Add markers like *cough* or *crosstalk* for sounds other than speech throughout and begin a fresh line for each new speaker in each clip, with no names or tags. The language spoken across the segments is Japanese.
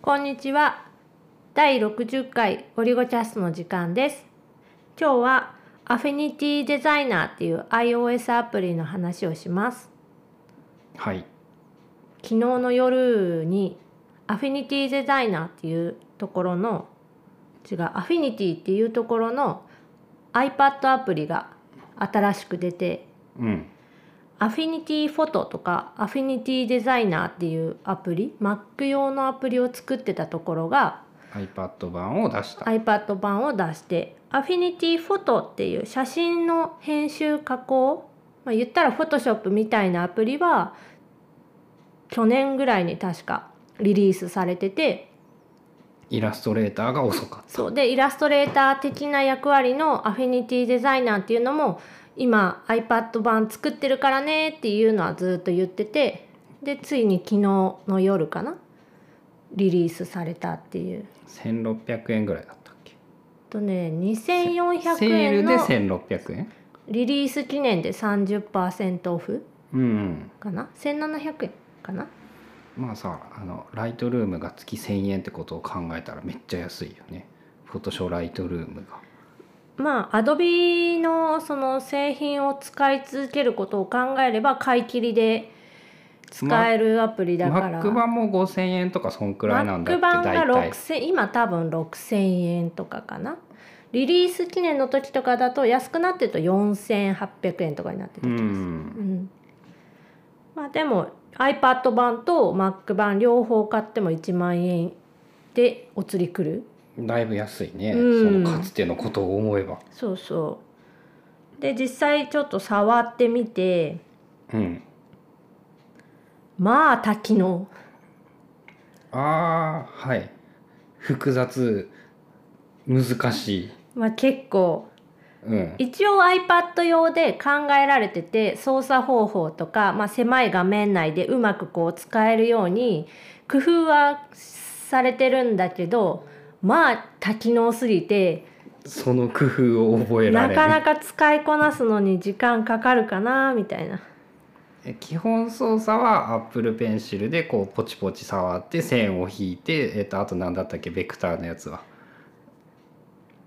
こんにちは。第60回オリゴキャストの時間です。今日はアフィニティデザイナーっていう iOS アプリの話をします。
はい
昨日の夜にアフィニティデザイナーっていうところの違うアフィニティっていうところの iPad アプリが新しく出て
うん
アフィニティフォトとかアフィニティデザイナーっていうアプリ Mac 用のアプリを作ってたところが
iPad 版を出した
iPad 版を出してアフィニティフォトっていう写真の編集加工、まあ、言ったら Photoshop みたいなアプリは去年ぐらいに確かリリースされてて
イラストレーターが遅かっ
そうでイラストレーター的な役割のアフィニティデザイナーっていうのも今 iPad 版作ってるからねっていうのはずっと言っててでついに昨日の夜かなリリースされたっていう
た1600円ぐらいだったっけ
とね2400
セール
円
で
の
1600円
リリース記念で30%オフ
うん、うん、
かな1700円かな
まあさあのライトルームが月1000円ってことを考えたらめっちゃ安いよねフォトショーライトルームが
まあアドビのその製品を使い続けることを考えれば買い切りで使えるアプリだから、
Mac 版も5000円とかそんくらいなんだっ
Mac
て
版
大
が
体
6000今多分6000円とかかなリリース記念の時とかだと安くなってると4800円とかになってた
う
気がする
ん
うんまあでも iPad 版と Mac 版両方買っても1万円でお釣り来る
だいぶ安いね、
うん
そのかつてのことを思えば
そうそうで実際ちょっと触ってみて
うん
まあ多機能
あーはい複雑難しい
まあ結構
うん
一応 iPad 用で考えられてて操作方法とか、まあ、狭い画面内でうまくこう使えるように工夫はされてるんだけどまあ多機能すぎて
その工夫を覚え
な
られる
かなか使いこなすのに時間かかるかなみたいな
え基本操作は Apple Pencil でこうポチポチ触って線を引いて、えっと、あと何だったっけベクターのやつは、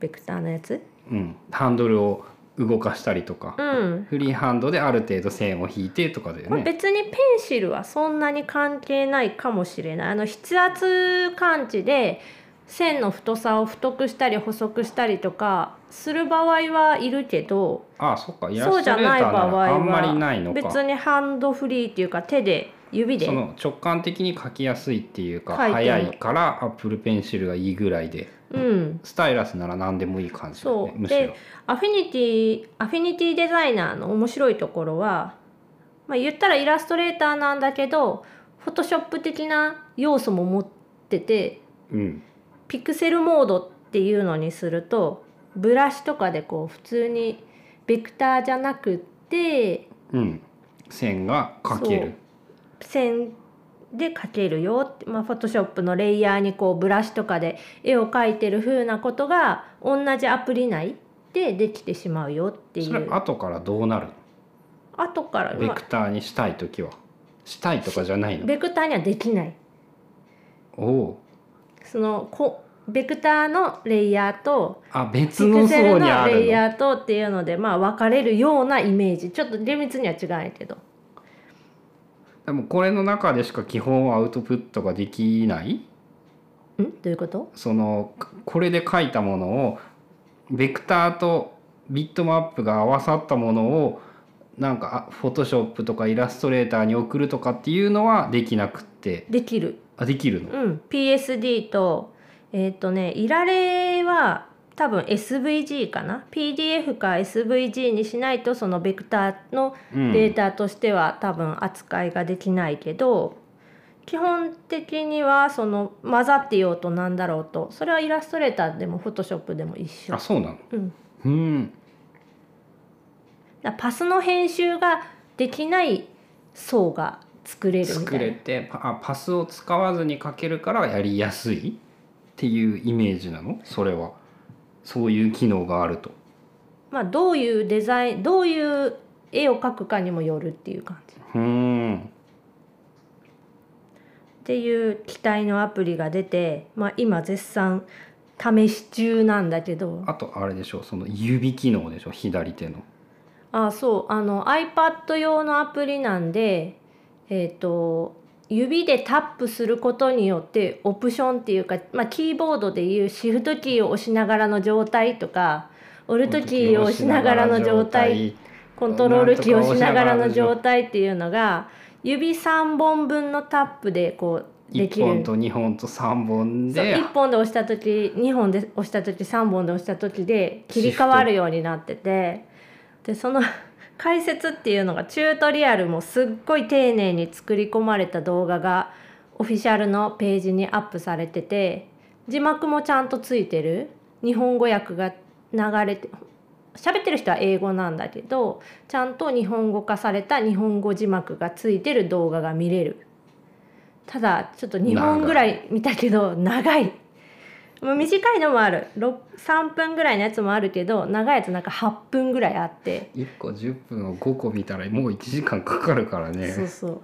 ベクターのやつ
うん、ハンドルを動かしたりとか、
うん
フリーハンドである程度線を引いてとかだよ
これ
ね
別にペンシルはそんなに関係ないかもしれないあの筆圧感知で線の太さを太くしたり細くしたりとかする場合はいるけど
ああそっかイラ
そう
ス
じ
ト
ゃ
レータ
ない場
ーな
合
らあんまりない
は
の
別
か
にハンドフリーっていうか手で指で
その直感的に書きやすいっていうか
書いても
早いから Apple Pencil がいいぐらいで
うん
スタイラスなら何でもいい感じだよね
そう
むしろ
でアフィニティアフィニティデザイナーの面白いところは、まあ、言ったらイラストレーターなんだけどフォトショップ的な要素も持ってて
うん
ピクセルモードっていうのにするとブラシとかでこう普通にベクターじゃなくって
うん線が書ける
線で描けるよって、まあ、フォトショップのレイヤーにこうブラシとかで絵を描いてる風なことが同じアプリ内でできてしまうよって
そ
い
れ
う。
後からどうなるの
後から、
ベ
まあ
クターにしたい時はしたいとかじゃないの
ベクターにはできない
おお
そのこベクターのレイヤーと
あ
ピ
別
ク
の
セル
層に
の
あ
レイ
るの
ヤーとっていうのでまあ分かれるようなイメージちょっと厳密には違うんやけど
でもこれの中でしか基本はアウトプットができない
んどういうこと
そのこれで書いたものをベクターとビットマップが合わさったものをなんかフォトショップとかイラストレーターに送るとかっていうのはできなくって
できる
あできるの
うん PSD とえっ、とねいられは多分 SVG かな PDF か SVG にしないとそのベクターの
うん
データとしては多分扱いができないけど、基本的にはその混ざってようとなんだろうとそれはイラストレーターでもフォトショップでも一緒
あ。そうなの
うん、
うん
だからパスの編集ができない層が作れるみた
作
い
れ
な。
てパあパスを使わずに書けるからやりやすいっていうイメージなのそれはそういう機能があると
まあどういうデザインどういう絵を描くかにもよるっていう感じ。
うーん
っていう期待のアプリが出て、まあ、今絶賛試し中なんだけど
あとあれでしょその指機能でしょ左手の
あそうあの iPad 用のアプリなんでえっ、と指でタップすることによってオプションっていうか、まあ、キーボードでいうシフトキーを押しながらの状態とかオルトキーを押しながらの状態コントロールキーを押しながらの状態っていうのが指3本分のタップでこうでき
1
る
本と2本と3本
そう
で
1本で押した時2本で押した時3本で押した時で切り替わるようになっててでその *laughs* 解説っていうのがチュートリアルもすっごい丁寧に作り込まれた動画がオフィシャルのページにアップされてて字幕もちゃんとついてる日本語訳が流れて喋ってる人は英語なんだけどちゃんと日本語化された日本語字幕がついてる動画が見れるただちょっと2本ぐらい見たけど長いもう短いのもある3分ぐらいのやつもあるけど長いやつなんか8分ぐらいあって
1個10分を5個見たらもう1時間かかるから
そう
ね
そう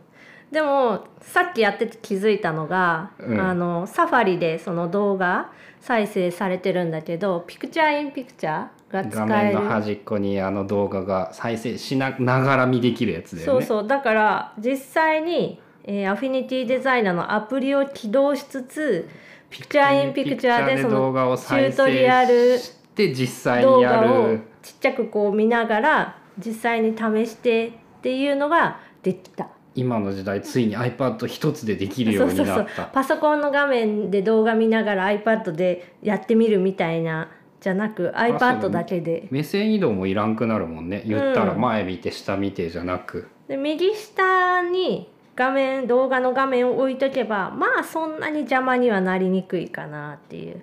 でもさっきやってて気づいたのが、
うん
あのサファリでその動画再生されてるんだけどピクチャーインピクチャーが
画
使え
面
る
の端っこにあの動画が再生しなながら見できるやつだよ
そう
ね
そうだから実際に、えーアフィニティデザイナーのアプリを起動しつつピクチャーインピクチャーでそ
動
の
画を再
チュートリアル
生して実際
動
にや
画を
る
ちっちゃくこう見ながら実際に試してっていうのができた。
今の時代ついに iPad 一つでできるようにな
そう
っ
そうそう
た
パソコンの画面で動画見ながら iPad でやってみるみたいなじゃなく
そう
iPad だけで
目線移動もいらんくなるもんね言ったら前見て下見てじゃなく、
で右下に画面動画の画面を置いとけばまあそんなに邪魔にはなりにくいかなっていう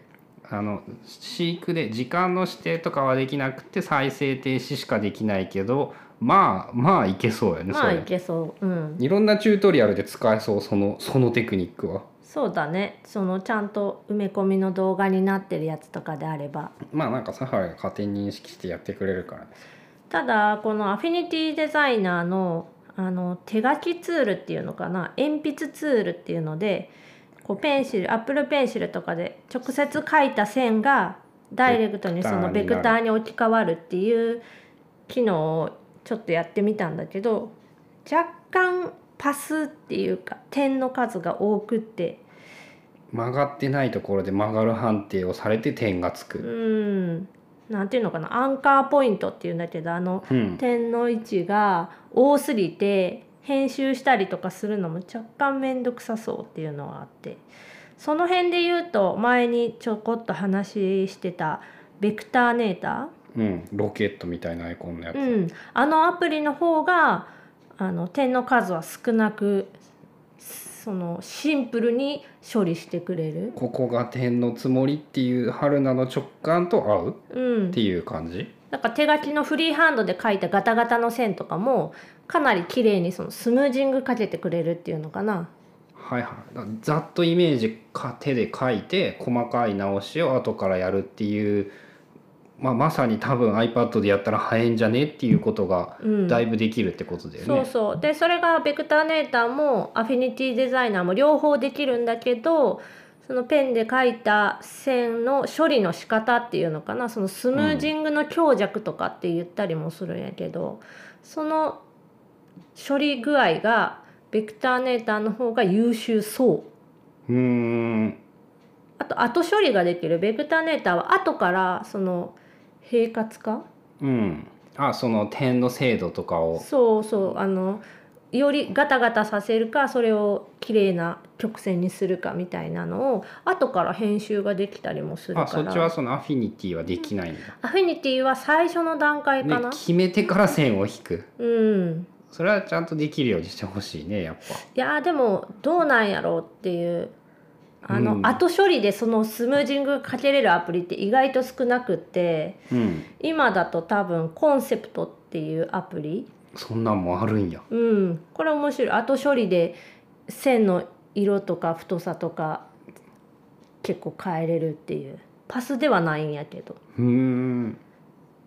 あの飼育で時間の指定とかはできなくて再生停止しかできないけどまあまあいけそうよね、
まあ
そ
い
れ
けそううん
いろんなチュートリアルで使えそうそのそのテクニックは
そうだねそのちゃんと埋め込みの動画になってるやつとかであれば
まあなんかサハリが勝手に認識してやってくれるからね
ただこのアフィニティデザイナーのあの手書きツールっていうのかな鉛筆ツールっていうのでこうペンシルアップルペンシルとかで直接描いた線がダイレクトにそのベク
ベク
タ
タ
ーに置き換わるっていう機能をちょっとやってみたんだけど若干パスっていうか点の数が多くって
曲がってないところで曲がる判定をされて点がつ
う
く、
んなんていうのかなアンカーポイントっていうんだけどあの
うん、
点の位置が多すぎて編集したりとかするのも若干面倒くさそうっていうのはあってその辺で言うと前にちょこっと話してたベクターネータ
うん、ロケットみたいなアイコンのやつ、
ー、うん、あのアプリの方があの点の数は少なくそのシンプルに処理してくれる、
ここが点のつもりっていう春菜の直感と合う
うん
って、いう感じ、
なんか手書きのフリーハンドで書いたガタガタの線とかもかなり綺麗にそのスムージングかけてくれるっていうのかな。
はいはいだざっとイメージか手で書いて細かい直しを後からやるっていう、まあ、まさに多分 iPad でやったら早いんじゃねっていうことが
うん、
だいぶできるってことだよね、
そうそうでそれがベクターネーターもアフィニティデザイナーも両方できるんだけどそのペンで書いた線の処理の仕方っていうのかなそのスムージングの強弱とかって言ったりもするんやけど、その処理具合がベクターネーターの方が優秀そう
うーん
あと後処理ができるベクターネーターは後からその平滑化
うんあその点の精度とかを
そうそうあのよりガタガタさせるかそれを綺麗な曲線にするかみたいなのを後から編集ができたりもするから
あそっちはそのアフィニティはできないんだ、
アフィニティは最初の段階か
ね
な、、
決めてから線を引く
うん
それはちゃんとできるようにしてほしいねやっぱ
いやーでもどうなんやろうっていうあの、
うん
後処理でそのスムージングかけれるアプリって意外と少なくって
うん
今だと多分コンセプトっていうアプリ
そんなんもあるんや
うん、これ面白い後処理で線の色とか太さとか結構変えれるっていうパスではないんやけど
うーん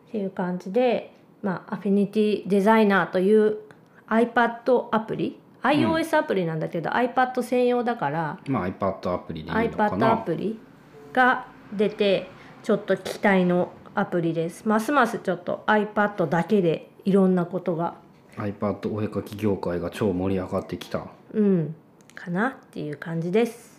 っていう感じで、まあ、アフィニティデザイナーという iPad アプリ iOS アプリなんだけど、iPad 専用だから
まあ iPad アプリでいいのか
iPad ア
な
プリが出てちょっと期待のアプリですますますちょっと iPad だけでいろんなことが
iPad お絵かき業界が超盛り上がってきた
うんかなっていう感じです